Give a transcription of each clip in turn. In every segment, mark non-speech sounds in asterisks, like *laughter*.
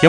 节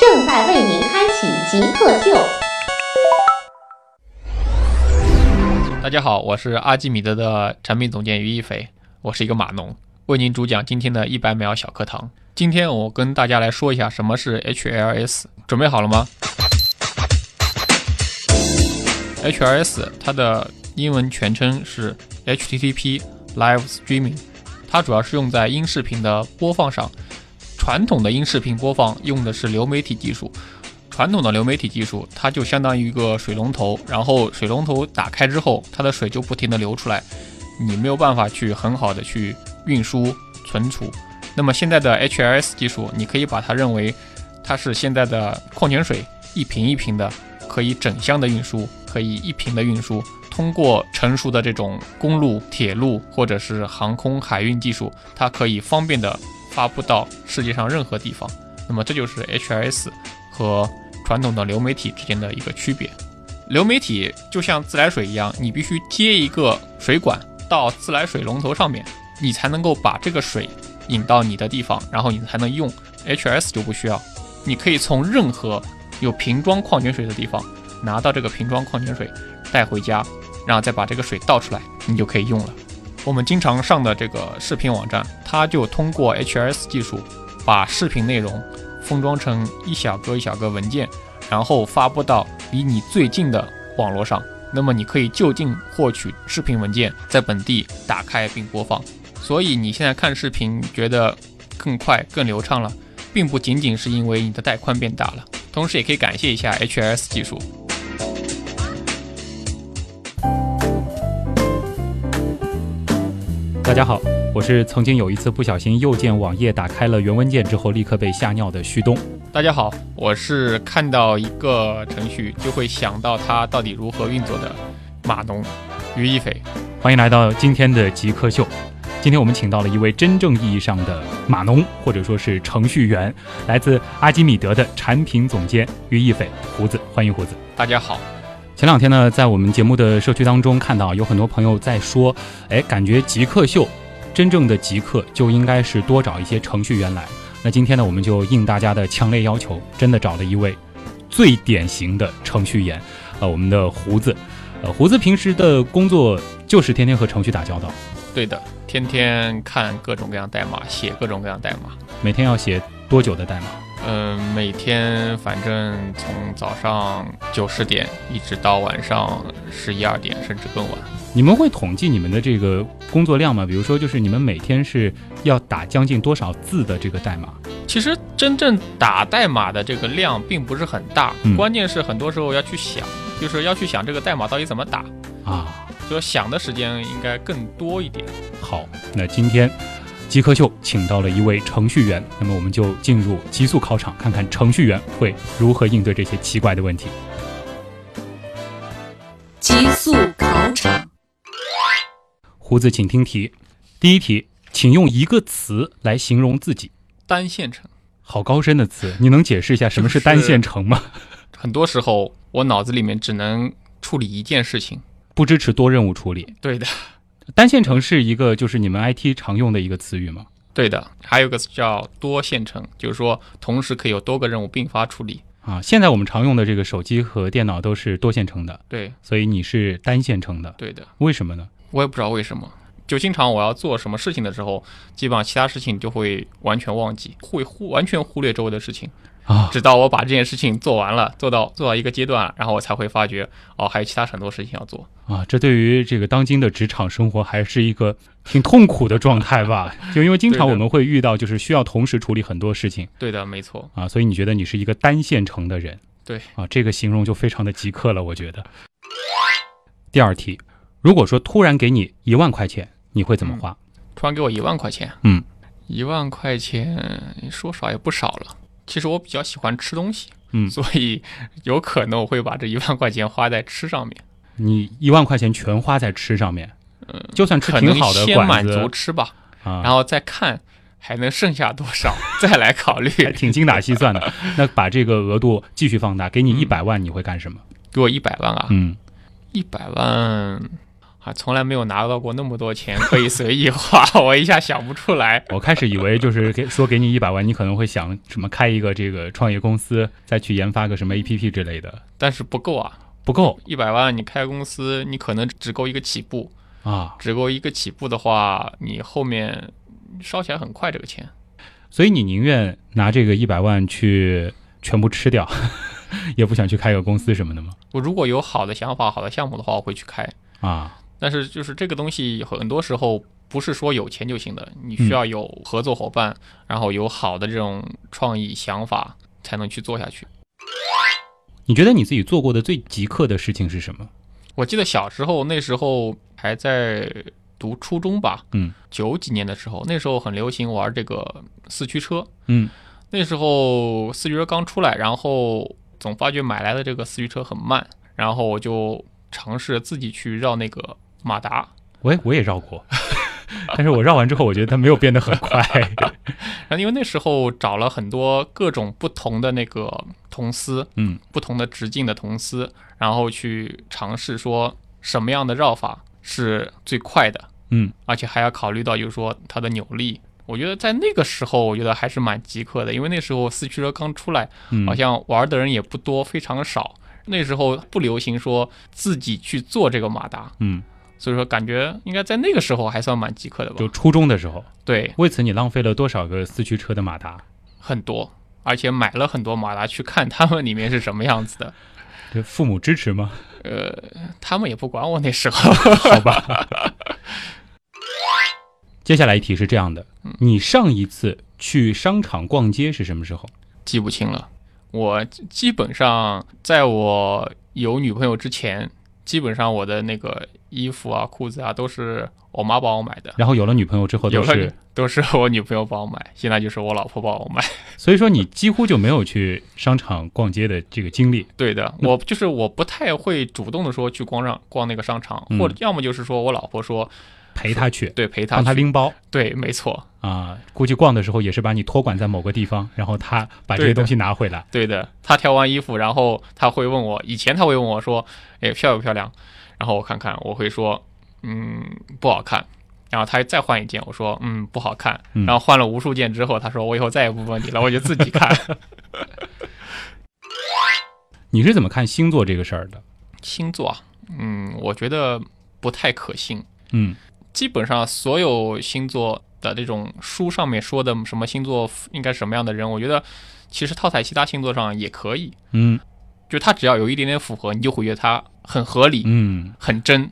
正在为您开启极客秀，大家好，我是阿基米德的产品总监于一斐，我是一个码农，为您主讲今天的一百秒小课堂。今天我跟大家来说一下什么是 HLS，准备好了吗？HLS 它的英文全称是 HTTP Live Streaming，它主要是用在音视频的播放上。传统的音视频播放用的是流媒体技术，传统的流媒体技术，它就相当于一个水龙头，然后水龙头打开之后，它的水就不停地流出来，你没有办法去很好的去运输存储。那么现在的 HLS 技术，你可以把它认为它是现在的矿泉水，一瓶一瓶的可以整箱的运输，可以一瓶的运输，通过成熟的这种公路、铁路或者是航空海运技术，它可以方便的发布到世界上任何地方。那么这就是 HLS 和传统的流媒体之间的一个区别。流媒体就像自来水一样，你必须接一个水管到自来水龙头上面，你才能够把这个水引到你的地方，然后你才能用。HLS 就不需要，你可以从任何有瓶装矿泉水的地方拿到这个瓶装矿泉水，带回家，然后再把这个水倒出来，你就可以用了。我们经常上的这个视频网站，它就通过 HLS 技术，把视频内容封装成一小格一小格文件，然后发布到离你最近的网络上。那么你可以就近获取视频文件，在本地打开并播放。所以你现在看视频觉得更快、更流畅了，并不仅仅是因为你的带宽变大了，同时也可以感谢一下 HLS 技术。大家好，我是曾经有一次不小心右键网页打开了原文件之后立刻被吓尿的旭东。大家好，我是看到一个程序就会想到它到底如何运作的码农于一斐。欢迎来到今天的极客秀。今天我们请到了一位真正意义上的码农，或者说是程序员，来自阿基米德的产品总监于一斐胡子，欢迎胡子。大家好，前两天呢，在我们节目的社区当中看到有很多朋友在说，哎，感觉极客秀真正的极客就应该是多找一些程序员来。那今天呢，我们就应大家的强烈要求，真的找了一位最典型的程序员，呃，我们的胡子，呃，胡子平时的工作就是天天和程序打交道，对的，天天看各种各样代码，写各种各样代码。每天要写多久的代码？嗯、每天反正从早上九十点一直到晚上十一二点，甚至更晚。你们会统计你们的这个工作量吗？比如说，就是你们每天是要打将近多少字的这个代码？其实真正打代码的这个量并不是很大，嗯关键是很多时候要去想，就是要去想这个代码到底怎么打，啊，就想的时间应该更多一点。好，那今天极客秀请到了一位程序员，那么我们就进入极速考场，看看程序员会如何应对这些奇怪的问题。极速考场，胡子，请听题，第一题，请用一个词来形容自己。单线程，好高深的词，你能解释一下什么是单线程吗？很多时候我脑子里面只能处理一件事情。不支持多任务处理。对的，单线程是一个就是你们 IT 常用的一个词语吗？对的。还有一个叫多线程，就是说同时可以有多个任务并发处理。啊，现在我们常用的这个手机和电脑都是多线程的，对，所以你是单线程的，对的。为什么呢？我也不知道为什么，就经常我要做什么事情的时候，基本上其他事情就会完全忘记，会忽完全忽略周围的事情，啊，直到我把这件事情做完了，做到做到一个阶段，然后我才会发觉哦，还有其他很多事情要做。啊，这对于这个当今的职场生活还是一个挺痛苦的状态 *laughs* 吧？就因为经常对的我们会遇到，就是需要同时处理很多事情对的，没错，啊，所以你觉得你是一个单线程的人？对啊，这个形容就非常的极客了，我觉得。第二题，如果说突然给你一万块钱，你会怎嗯么花？突然给我一万块钱，嗯，一万块钱说少也不少了。其实我比较喜欢吃东西，嗯所以有可能我会把这一万块钱花在吃上面，你一万块钱全花在吃上面，嗯，就算吃可挺能好的先馆满子足吃吧，啊，然后再看还能剩下多少，再来 *laughs* 考虑。还挺精打细算 *laughs* 的。那把这个额度继续放大，给你一百万，你会干什么？给我一百万啊，嗯，一百万啊，从来没有拿到过那么多钱可以随意花， *laughs* 我一下想不出来。我开始以为就是给说给你一百万，你可能会想什么开一个这个创业公司，再去研发个什么 APP 之类的，但是不够啊，不够一百万你开公司，你可能只够一个起步，啊。只够一个起步的话，你后面烧起来很快这个钱。所以你宁愿拿这个一百万去全部吃掉， *laughs* 也不想去开个公司什么的吗？我如果有好的想法、好的项目的话，我会去开。啊，但是就是这个东西，很多时候不是说有钱就行的，你嗯需要有合作伙伴，然后有好的这种创意想法，才能去做下去。你觉得你自己做过的最极客的事情是什么？我记得小时候那时候还在读初中吧，嗯，九几年的时候，那时候很流行玩这个四驱车，嗯那时候四驱车刚出来，然后总发觉买来的这个四驱车很慢，然后我就尝试自己去绕那个马达，我也我也绕过， *laughs* 但是我绕完之后，我觉得它没有变得很快。然后因为那时候找了很多各种不同的那个铜丝，嗯，不同的直径的铜丝，然后去尝试说什么样的绕法是最快的，嗯，而且还要考虑到就是说它的扭力。我觉得在那个时候，我觉得还是蛮极客的，因为那时候四驱车刚出来，嗯好像玩的人也不多，非常少。那时候不流行说自己去做这个马达，嗯，所以说感觉应该在那个时候还算蛮极客的吧就。初中的时候，对，为此你浪费了多少个四驱车的马达？很多，而且买了很多马达去看他们里面是什么样子的。呃这父母支持吗？他们也不管我那时候， *laughs* 好吧。接下来一题是这样的：嗯你上一次去商场逛街是什么时候？记不清了。我基本上在我有女朋友之前，基本上我的那个衣服啊、裤子啊都是我妈帮我买的，然后有了女朋友之后啊有都了是，都是我女 *laughs* 朋友帮我买，现在就是我老婆帮我买。所以说你几乎就没有去商场逛街的这个经历。*laughs* 对的，我就是我不太会主动的说去逛上逛那个商场，嗯或者要么就是说我老婆说陪他去，对陪她帮他去拎包对，没错，啊、估计逛的时候也是把你托管在某个地方，然后他把这些对的东西拿回来。对的，他挑完衣服，然后他会问我，以前他会问我说，哎，漂不漂亮？然后我看看，我会说，嗯，不好看。然后他再换一件，我说，嗯，不好看嗯。然后换了无数件之后，他说，我以后再也不问你了，我就自己看。你是怎么看星座这个事儿的？星座啊，嗯，我觉得不太可信。嗯基本上所有星座的这种书上面说的什么星座应该什么样的人，我觉得其实套在其他星座上也可以，嗯就他只要有一点点符合，你就会觉得他很合理、嗯，很真。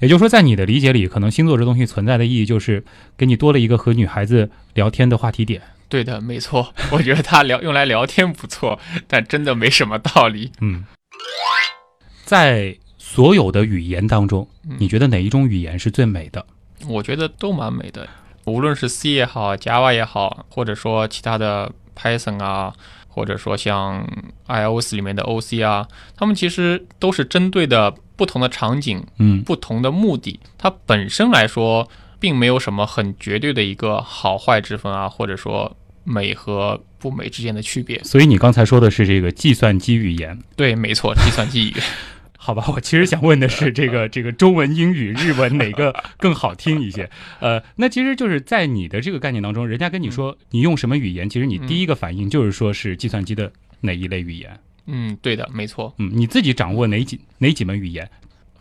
也就是说，在你的理解里，可能星座这东西存在的意义就是给你多了一个和女孩子聊天的话题点。对的，没错， *laughs* 我觉得它聊用来聊天不错，但真的没什么道理。嗯，在所有的语言当中，你觉得哪一种语言是最美的？我觉得都蛮美的，无论是 C 也好，Java 也好，或者说其他的 Python 啊，或者说像 iOS 里面的 OC 啊，他们其实都是针对的不同的场景、嗯不同的目的。它本身来说，并没有什么很绝对的一个好坏之分啊，或者说美和不美之间的区别。所以你刚才说的是这个计算机语言。对，没错，计算机语 *laughs* 言。好吧，我其实想问的 *laughs* 是，这个这个中文、英语、日文哪个更好听一 *laughs* 些？呃，那其实就是在你的这个概念当中，人家跟你说你用什么语言，其实你第一个反应就是说是计算机的哪一类语言。嗯，对的，没错。嗯，你自己掌握哪几哪几门语言？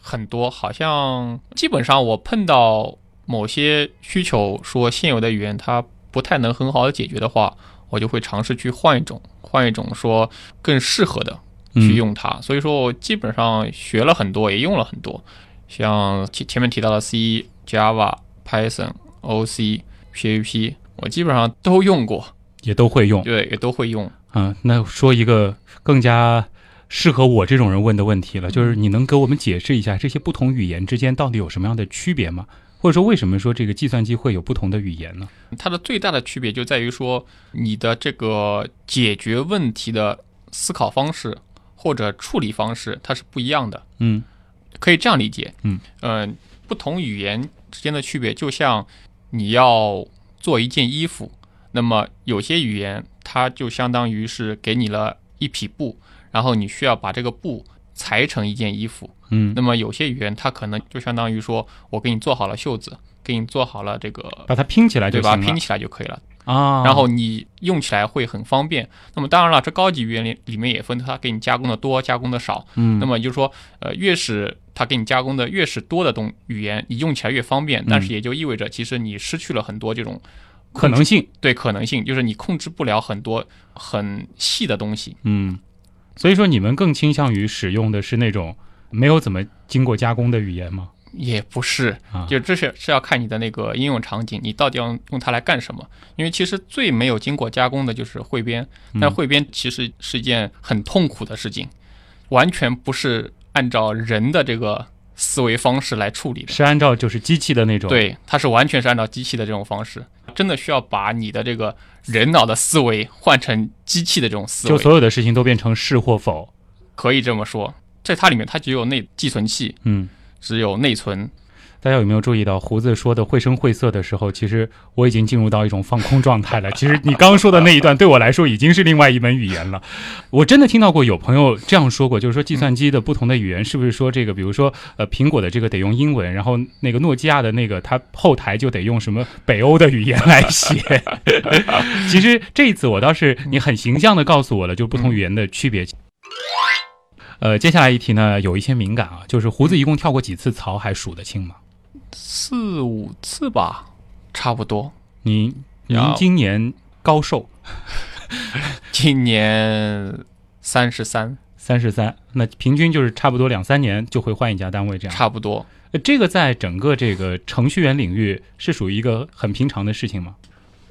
很多，好像基本上我碰到某些需求，说现有的语言它不太能很好的解决的话，我就会尝试去换一种，换一种说更适合的嗯去用它。所以说我基本上学了很多，也用了很多，像前前面提到的 C、Java、Python、OC、PHP，我基本上都用过，也都会用。对，也都会用。嗯，那说一个更加适合我嗯这种人问的问题了，就是你能给我们解释一下这些不同语言之间到底有什么样的区别吗？或者说为什么说这个计算机会有不同的语言呢？它的最大的区别就在于说，你的这个解决问题的思考方式或者处理方式，它是不一样的。嗯可以这样理解，嗯呃不同语言之间的区别，就像你要做一件衣服，那么有些语言它就相当于是给你了一匹布，然后你需要把这个布裁成一件衣服。嗯，那么有些语言它可能就相当于说我给你做好了袖子，给你做好了这个，把它拼起来对就吧？行了拼起来就可以了。啊。然后你用起来会很方便。那么当然了，这高级语言里里面也分它给你加工的多，加工的少。嗯，那么也就是说，呃，越是它给你加工的越是多的东语言，你用起来越方便，但是也就意味着其实你失去了很多这种可能性，对可能性，就是你控制不了很多很细的东西。嗯，所以说你们更倾向于使用的是那种没有怎么经过加工的语言吗？也不是啊，就这是是要看你的那个应用场景，你到底要用它来干什么？因为其实最没有经过加工的就是汇编，嗯但汇编其实是一件很痛苦的事情，完全不是按照人的这个思维方式来处理的。是哦按照就是机器的那种，，对，它是完全是按照机器的这种方式，真的需要把你的这个人脑的思维换成机器的这种思就维，所有的事情都变成是或否。可以这么说。在它里面，它只有内寄存器，嗯，只有内存，大家有没有注意到胡子说的绘声绘色的时候，其实我已经进入到一种放空状态了。其实你刚说的那一段对我来说已经是另外一门语言了。我真的听到过有朋友这样说过，就是说计算机的不同的语言是不是说这个，比如说呃苹果的这个得用英文，然后那个诺基亚的那个它后台就得用什么北欧的语言来写。其实这一次我倒是你很形象的告诉我了，就不同语言的区别。呃，接下来一题呢，有一些敏感啊，就是胡子一共跳过几次槽，还数得清吗？四五次吧，差不多。您您要今年高寿今年三十三，三十三，那平均就是差不多两三年就会换一家单位这样。差不多。呃这个在整个这个程序员领域是属于一个很平常的事情吗？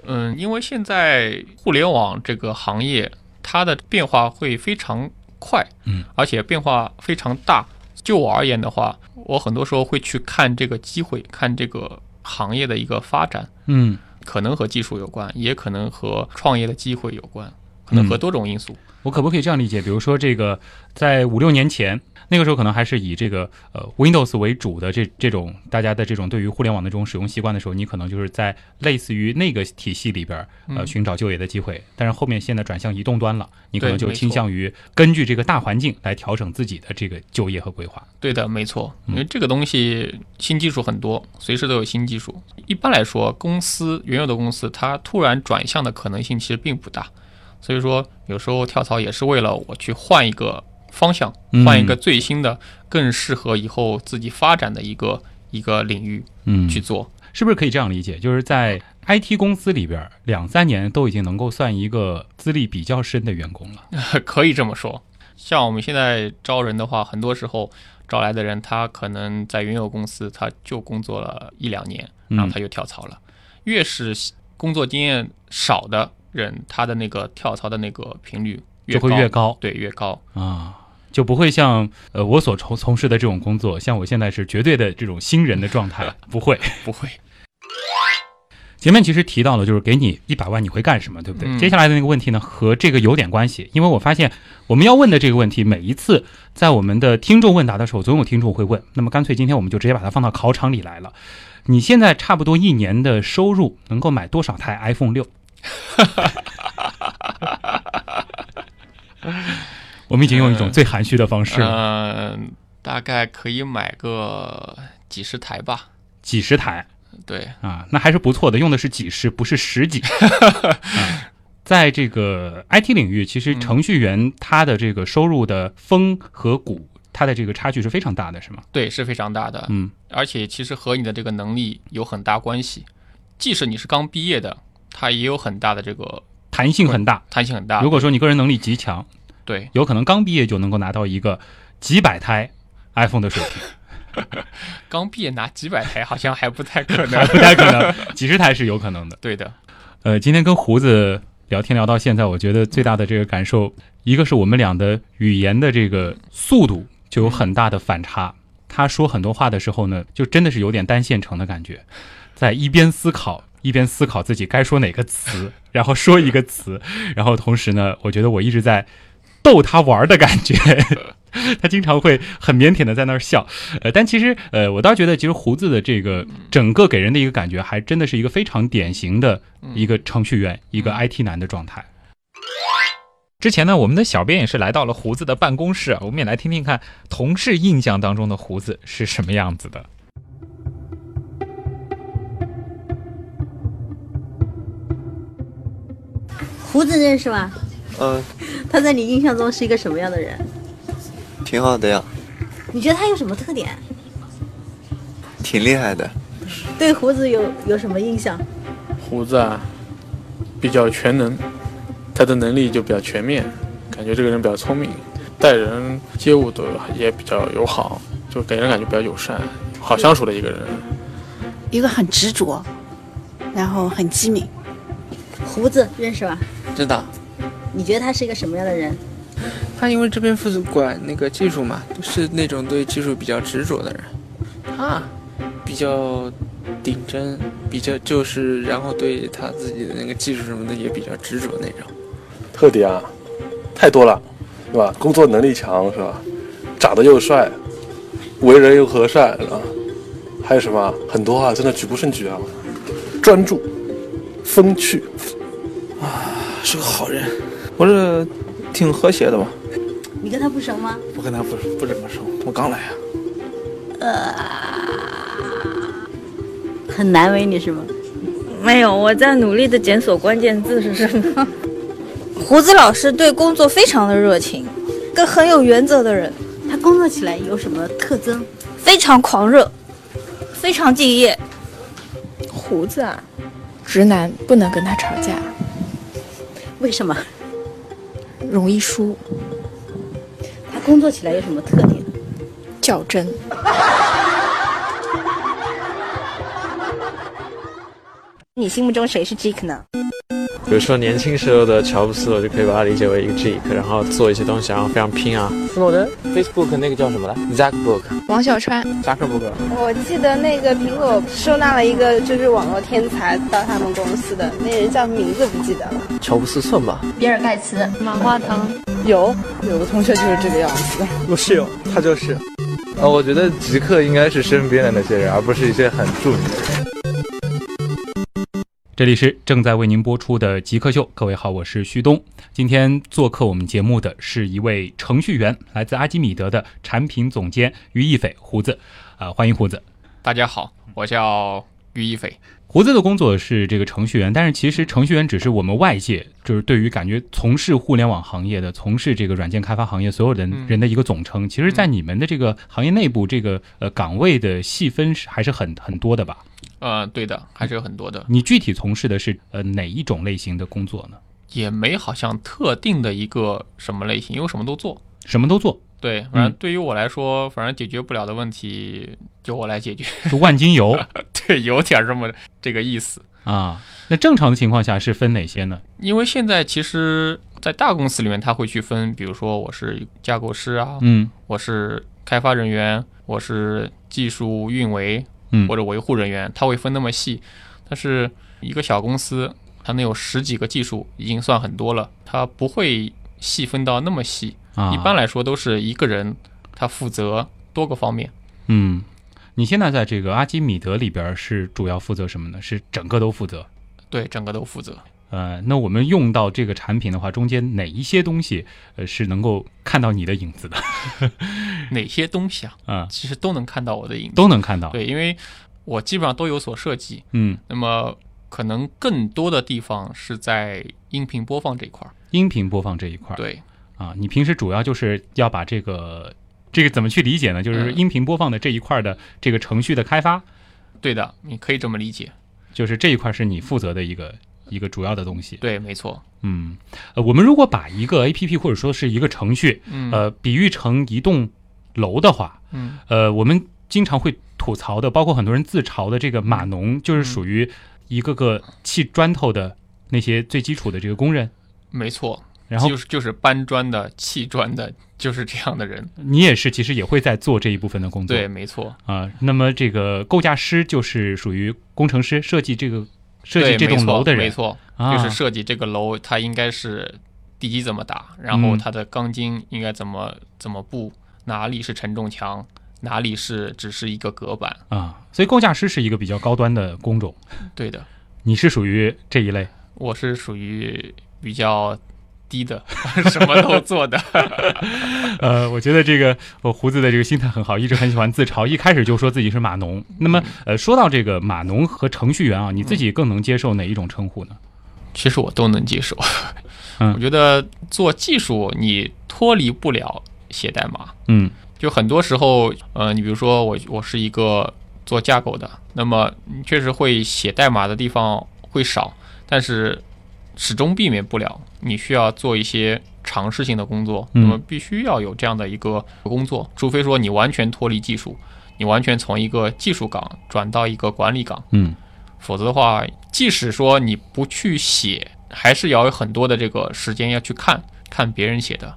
嗯，因为现在互联网这个行业，它的变化会非常快，嗯，而且变化非常大。就我而言的话，我很多时候会去看这个机会，看这个行业的一个发展，嗯，可能和技术有关，也可能和创业的机会有关，可能和多种因素。我可不可以这样理解？比如说这个，在五六年前，那个时候可能还是以这个呃 Windows 为主的这这种大家的这种对于互联网的这种使用习惯的时候，你可能就是在类似于那个体系里边儿呃嗯寻找就业的机会。但是后面现在转向移动端了，你可能对就没倾错向于根据这个大环境来调整自己的这个就业和规划。对的，没错，嗯因为这个东西新技术很多，随时都有新技术。一般来说，公司原有的公司它突然转向的可能性其实并不大，所以说有时候跳槽也是为了我去换一个方向嗯，换一个最新的、更适合以后自己发展的一个一个领域嗯去做。是不是可以这样理解？就是在 IT 公司里边儿，两三年都已经能够算一个资历比较深的员工了。 *laughs* 可以这么说。像我们现在招人的话，很多时候招来的人，他可能在原有公司他就工作了一两年，嗯然后他就跳槽了。越是工作经验少的人，他的那个跳槽的那个频率越就会越高对，越高。啊，就不会像呃我所从从事的这种工作，像我现在是绝对的这种新人的状态，不会。不会，前面其实提到了，就是给你一百万你会干什么，对不对？嗯接下来的那个问题呢，和这个有点关系，因为我发现我们要问的这个问题，每一次在我们的听众问答的时候，总有听众会问。那么干脆今天我们就直接把它放到考场里来了。你现在差不多一年的收入能够买多少台 iPhone 六？ *laughs* 我们已经用一种最含蓄的方式了，嗯、大概可以买个几十台吧。几十台。对，啊，那还是不错的，用的是几十，不是十几。啊在这个 IT 领域，其实程序员他的这个收入的峰和谷，他的这个差距是非常大的，是吗？对，是非常大的。嗯而且其实和你的这个能力有很大关系。即使你是刚毕业的，它也有很大的这个弹性很大。弹性很大。如果说你个人能力极强，对，有可能刚毕业就能够拿到一个几百台 iPhone 的水平， *laughs* 刚毕业拿几百台好像还不太可还 *laughs* 能。不太可能，几十台是有可能的。对的，呃，今天跟胡子聊天聊到现在，我觉得最大的这个感受，一个是我们俩的语言的这个速度就有很大的反差。他说很多话的时候呢，就真的是有点单线程的感觉，在一边思考一边思考自己该说哪个词， *laughs* 然后说一个词，然后同时呢，我觉得我一直在逗他玩儿的感觉。 *laughs* 他经常会很腼腆的在那儿笑，呃，但其实，呃，我倒觉得，其实胡子的这个整个给人的一个感觉，还真的是一个非常典型的一个程序员、一个 IT 男的状态。之前呢，我们的小编也是来到了胡子的办公室啊，我们也来听听看同事印象当中的胡子是什么样子的。胡子认识吗？嗯，他在你印象中是一个什么样的人？挺好的呀，你觉得他有什么特点？挺厉害的。对胡子有有什么印象？胡子啊，比较全能，他的能力就比较全面，感觉这个人比较聪明，待人接物都也比较友好，就给人感觉比较友善，好相处的一个人。一个很执着，然后很机敏，胡子认识吧？知道，你觉得他是一个什么样的人？他因为这边负责管那个技术嘛，是那种对技术比较执着的人。他比较顶真，比较就是，然后对他自己的那个技术什么的也比较执着那种。特点啊，太多了，是吧？工作能力强是吧？长得又帅，为人又和善啊，还有什么很多啊，真的举不胜举啊！专注，风趣，是个好人，不是挺和谐的嘛。你跟他不熟吗？我跟他不不怎么熟，我刚来啊。呃很难为你是吗？没有，我在努力的检索关键字是什 *laughs* 么。胡子老师对工作非常的热情，个很有原则的人，他工作起来有什么特征？非常狂热，非常敬业。胡子啊，直男不能跟他吵架，为什么？容易输，他工作起来有什么特点？较真。你心目中谁是 Jake 呢？比如说年轻时候的乔布斯，我就可以把它理解为一个 geek，然后做一些东西，然后非常拼啊。那么我的 Facebook 那个叫什么来？Zackbook，王小川，扎克伯格。我记得那个苹果收纳了一个就是网络天才到他们公司的那人叫名字不记得了。乔布斯算吧。比尔盖茨、马化腾，有有个同学就是这个样子的。我室友他就是，呃，我觉得极客应该是身边的那些人，而不是一些很著名的人。这里是正在为您播出的《极客秀》，各位好，我是旭东。今天做客我们节目的是一位程序员，来自阿基米德的产品总监于一斐胡子，啊、欢迎胡子。大家好，我叫于一斐。胡子的工作是这个程序员，但是其实程序员只是我们外界就是对于感觉从事互联网行业的、从事这个软件开发行业所有人、嗯人的一个总称。其实，在你们的这个行业内部，这个呃岗位的细分是还是很很多的吧？呃，对的，还是有很多的，你具体从事的是呃哪一种类型的工作呢？也没好像特定的一个什么类型，因为我什么都做。什么都做，对，反正嗯对于我来说，反正解决不了的问题由我来解决。 *laughs* 就万金油对，有点这么这个意思。啊。那正常的情况下是分哪些呢？因为现在其实，在大公司里面，他会去分，比如说我是架构师啊，嗯我是开发人员，我是技术运维嗯或者维护人员，他会分那么细。但是一个小公司，它能有十几个技术，已经算很多了，它不会细分到那么细。啊，一般来说都是一个人他负责多个方面。嗯，你现在在这个阿基米德里边是主要负责什么呢？是整个都负责。对，整个都负责。呃，那我们用到这个产品的话，中间哪一些东西呃是能够看到你的影 *laughs* 子的？嗯哪些东西啊，啊，其实都能看到我的影子。都能看到。对，因为我基本上都有所涉及。嗯，那么可能更多的地方是在音频播放这一块儿。音频播放这一块儿，对，啊，你平时主要就是要把这个这个怎么去理解呢？就是嗯音频播放的这一块的这个程序的开发，对的，你可以这么理解。就是这一块是你负责的一个一个主要的东西。对，没错。嗯，呃，我们如果把一个 A P P 或者说是一个程序，嗯呃，比喻成一栋楼的话，嗯，呃，我们经常会吐槽的，包括很多人自嘲的这个码农，就是嗯属于一个个砌砖头的那些最基础的这个工人，没错。然后就是就是搬砖的、砌砖的、就是这样的人。你也是，其实也会在做这一部分的工作。对，没错。啊、那么这个构架师就是属于工程师，设计这个设计对这没栋错楼的人，没错，啊、就是设计这个楼，它应该是地基怎么打，然后嗯它的钢筋应该怎么怎么布，哪里是承重墙，哪里是只是一个隔板。啊。所以构架师是一个比较高端的工种，对的，你是属于这一类。我是属于比较低的， *laughs* 什么都做的。 *laughs* 呃，我觉得这个我胡子的这个心态很好，一直很喜欢自嘲，一开始就说自己是码农。那么，呃，说到这个码农和程序员啊，你自己更能接受哪一种称呼呢？其实我都能接受。嗯我觉得做技术你脱离不了写代码，嗯就很多时候，呃，你比如说我我是一个做架构的，那么你确实会写代码的地方会少，但是始终避免不了你需要做一些尝试性的工作，那嗯么必须要有这样的一个工作，除非说你完全脱离技术，你完全从一个技术岗转到一个管理岗，嗯否则的话，即使说你不去写，还是要有很多的这个时间要去看看别人写的。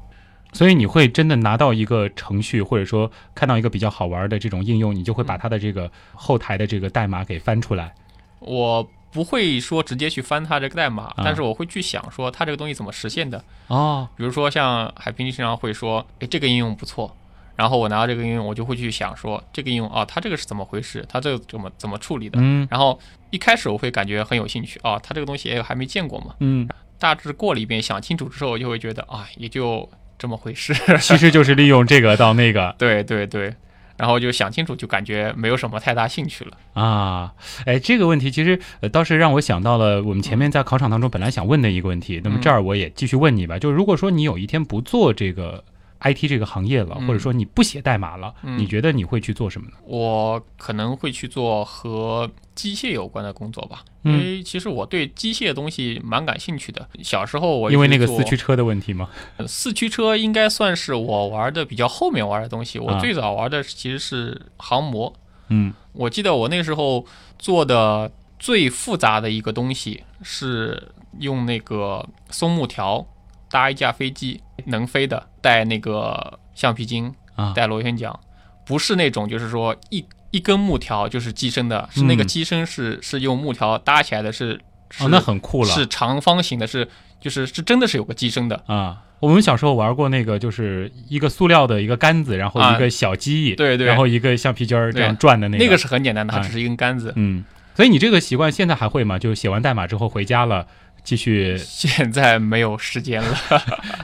所以你会真的拿到一个程序，或者说看到一个比较好玩的这种应用，你就会把它的这个后台的这个代码给翻出来。我不会说直接去翻它这个代码，但是我会去想说它这个东西怎么实现的。哦，比如说像海平经常会说，哎，这个应用不错，然后我拿到这个应用，我就会去想说这个应用啊，它这个是怎么回事，它这个怎么怎么处理的。嗯然后一开始我会感觉很有兴趣啊，它这个东西哎还没见过嘛。嗯，大致过了一遍，想清楚之后，就会觉得啊，也就这么回事。 *laughs* 其实就是利用这个到那个对对对，然后就想清楚，就感觉没有什么太大兴趣了。啊，哎，这个问题其实呃倒是让我想到了我们前面在考场当中本来想问的一个问题，那么这儿我也继续问你嗯吧，就是如果说你有一天不做这个 IT 这个行业了，嗯或者说你不写代码了，嗯你觉得你会去做什么呢？我可能会去做和机械有关的工作吧，嗯因为其实我对机械的东西蛮感兴趣的。小时候我一直因为那个做四驱，车的问题吗？呃四驱车应该算是我玩的比较后面玩的东西。我啊最早玩的其实是航模，嗯我记得我那时候做的最复杂的一个东西是用那个松木条搭一架飞机，能飞的，带那个橡皮筋啊，带螺旋桨，不是那种就是说一一根木条就是机身的，是那个嗯哦机身是是用木条搭起来的是，是那很酷了是长方形的，是就是是真的是有个机身的。啊。我们小时候玩过那个，就是一个塑料的一个杆子，然后啊一个小机翼，对对然后一个橡皮筋儿这样对转的那个，那个是很简单的它只是一根杆子 *laughs* 嗯，所以你这个习惯现在还会吗？就是写完代码之后回家了，继续。现在没有时间了，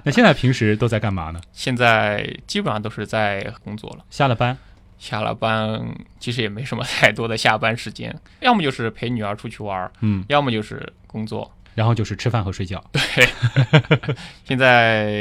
那现在平时都在干嘛呢？现在基本上都是在工作了。下了班，下了班其实也没什么太多的下班时间，要么就是陪女儿出去玩，嗯要么就是工作。然后就是吃饭和睡觉。对，现在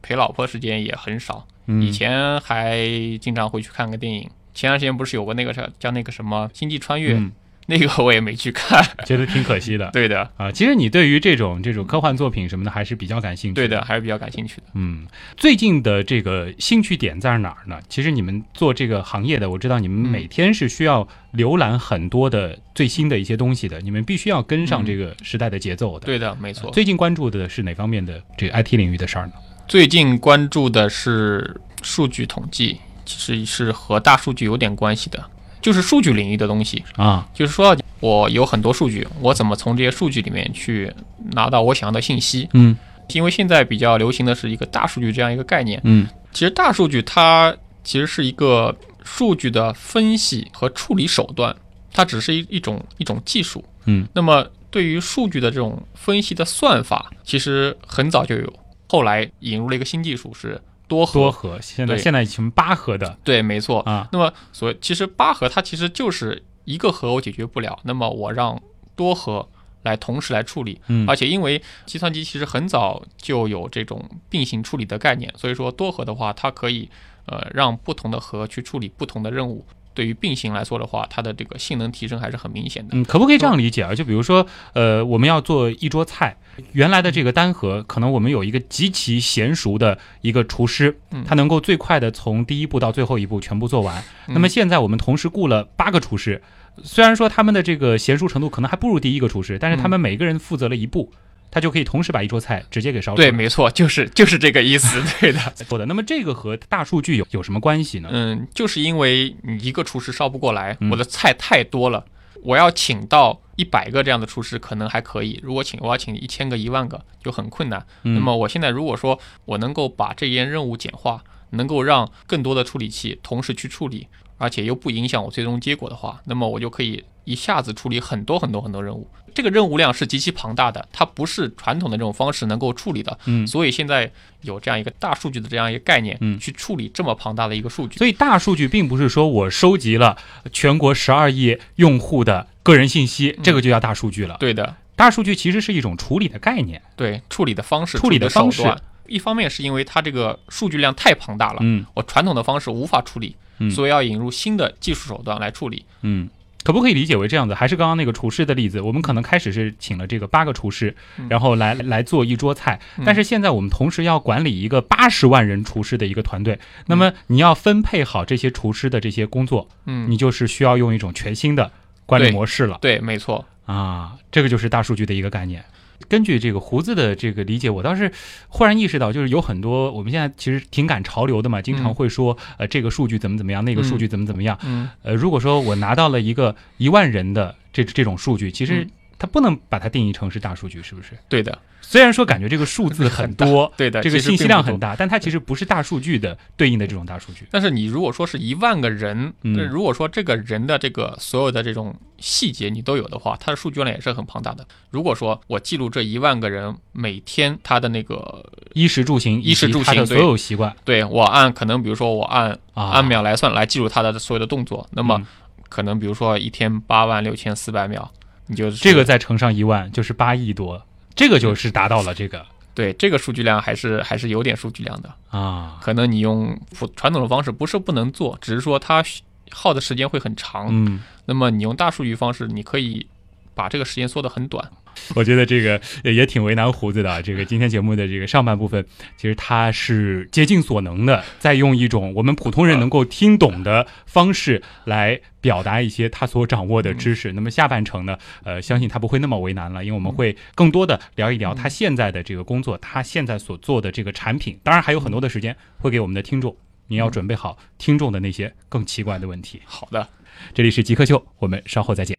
陪老婆时间也很少，嗯以前还经常会去看个电影。前段时间不是有个那个叫叫那个什么《星际穿越》嗯 *laughs* 那个我也没去 *laughs* 看，觉得挺可惜 *laughs* 的对的，啊，其实你对于这种这种科幻作品什么的还是比较感兴趣。对的，，还是比较感兴趣的。嗯，最近的这个兴趣点在哪儿呢？其实你们做这个行业的，我知道你们每天是需要浏览很多的最新的一些东西的，你们必须要跟上这个时代的节奏的。对的，没错。最近关注的是哪方面的这个 IT 领域的事儿呢？最近关注的是数据统计，其实是和大数据有点关系的，就是数据领域的东西。啊，就是说我有很多数据，我怎么从这些数据里面去拿到我想要的信息？嗯，因为现在比较流行的是一个大数据这样一个概念。嗯，其实大数据它其实是一个数据的分析和处理手段，它只是一一种一种技术。嗯那么对于数据的这种分析的算法，其实很早就有，后来引入了一个新技术是多核。多核，现在对现在什么八核的，对，没错啊。那么所以其实八核它其实就是一个核我解决不了，那么我让多核来同时来处理。嗯而且因为计算机其实很早就有这种并行处理的概念，所以说多核的话，它可以呃让不同的核去处理不同的任务。对于并行来说的话，它的这个性能提升还是很明显的。嗯，可不可以这样理解啊？就比如说，呃，我们要做一桌菜，原来的这个单核，可能我们有一个极其娴熟的一个厨师嗯，他能够最快的从第一步到最后一步全部做完。嗯那么现在我们同时雇了八个厨嗯师，虽然说他们的这个娴熟程度可能还不如第一个厨师，但是他们每个人负责了一步。他就可以同时把一桌菜直接给烧出来。对，没错，就是就是这个意思， *laughs* 对的，说的。那么这个和大数据有有什么关系呢？嗯，就是因为你一个厨师烧不过来，嗯我的菜太多了，我要请到一百个这样的厨师可能还可以，如果请我要请一千个、一万个就很困难。嗯那么我现在如果说我能够把这件任务简化，能够让更多的处理器同时去处理，而且又不影响我最终结果的话，那么我就可以一下子处理很多很多很多任务。这个任务量是极其庞大的，它不是传统的这种方式能够处理的。嗯所以现在有这样一个大数据的这样一个概念，嗯去处理这么庞大的一个数据。所以大数据并不是说我收集了全国十二亿用户的个人信息，这个就叫大数据了。嗯对的，大数据其实是一种处理的概念。对处理的方式、处处理理的的方手式段。一方面是因为它这个数据量太庞大了，嗯，我传统的方式无法处理，嗯所以要引入新的技术手段来处理。嗯，可不可以理解为这样子？还是刚刚那个厨师的例子，我们可能开始是请了这个八个厨师，嗯然后来来做一桌菜，嗯但是现在我们同时要管理一个八十万人厨师的一个团队，那么你要分配好这些厨师的这些工作，嗯你就是需要用一种全新的管理对模式了。对，没错。啊，这个就是大数据的一个概念。根据这个胡子的这个理解，我倒是忽然意识到，就是有很多我们现在其实挺赶潮流的嘛，经常嗯会说，呃，这个数据怎么怎么样，那个数据嗯怎么怎么样。嗯呃，如果说我拿到了一个一万人的这这种数据，其实嗯它不能把它定义成是大数据，是不是？对的，虽然说感觉这个数字很多，大对的这个其实信息并量不多很大，但它其实不是大数据的对应的这种大数据。但是你如果说是一万个人，嗯那如果说这个人的这个所有的这种细节你都有的话，它的数据量也是很庞大的。如果说我记录这一万个人每天他的那个衣食住行，衣食住他行的所对有习惯，对我按可能比如说我按啊按秒来算来记录他的所有的动作，那么嗯可能比如说一天八万六千四百秒，你就是这个再乘上一万，就是八亿多，这个就是达到了这个对这个数据量还是还是有点数据量的。啊。可能你用普传统的方式不是不能做，只是说它需耗的时间会很长。嗯，那么你用大数据方式，你可以把这个时间缩得很短。我觉得这个呃也挺为难胡子的啊。这个今天节目的这个上半部分，其实他是竭尽所能的，在用一种我们普通人能够听懂的方式来表达一些他所掌握的知识。那么下半程呢，呃，相信他不会那么为难了，因为我们会更多的聊一聊他现在的这个工作，他现在所做的这个产品。当然还有很多的时间会给我们的听众，你要准备好听众的那些更奇怪的问题。好的，这里是极客秀，我们稍后再见。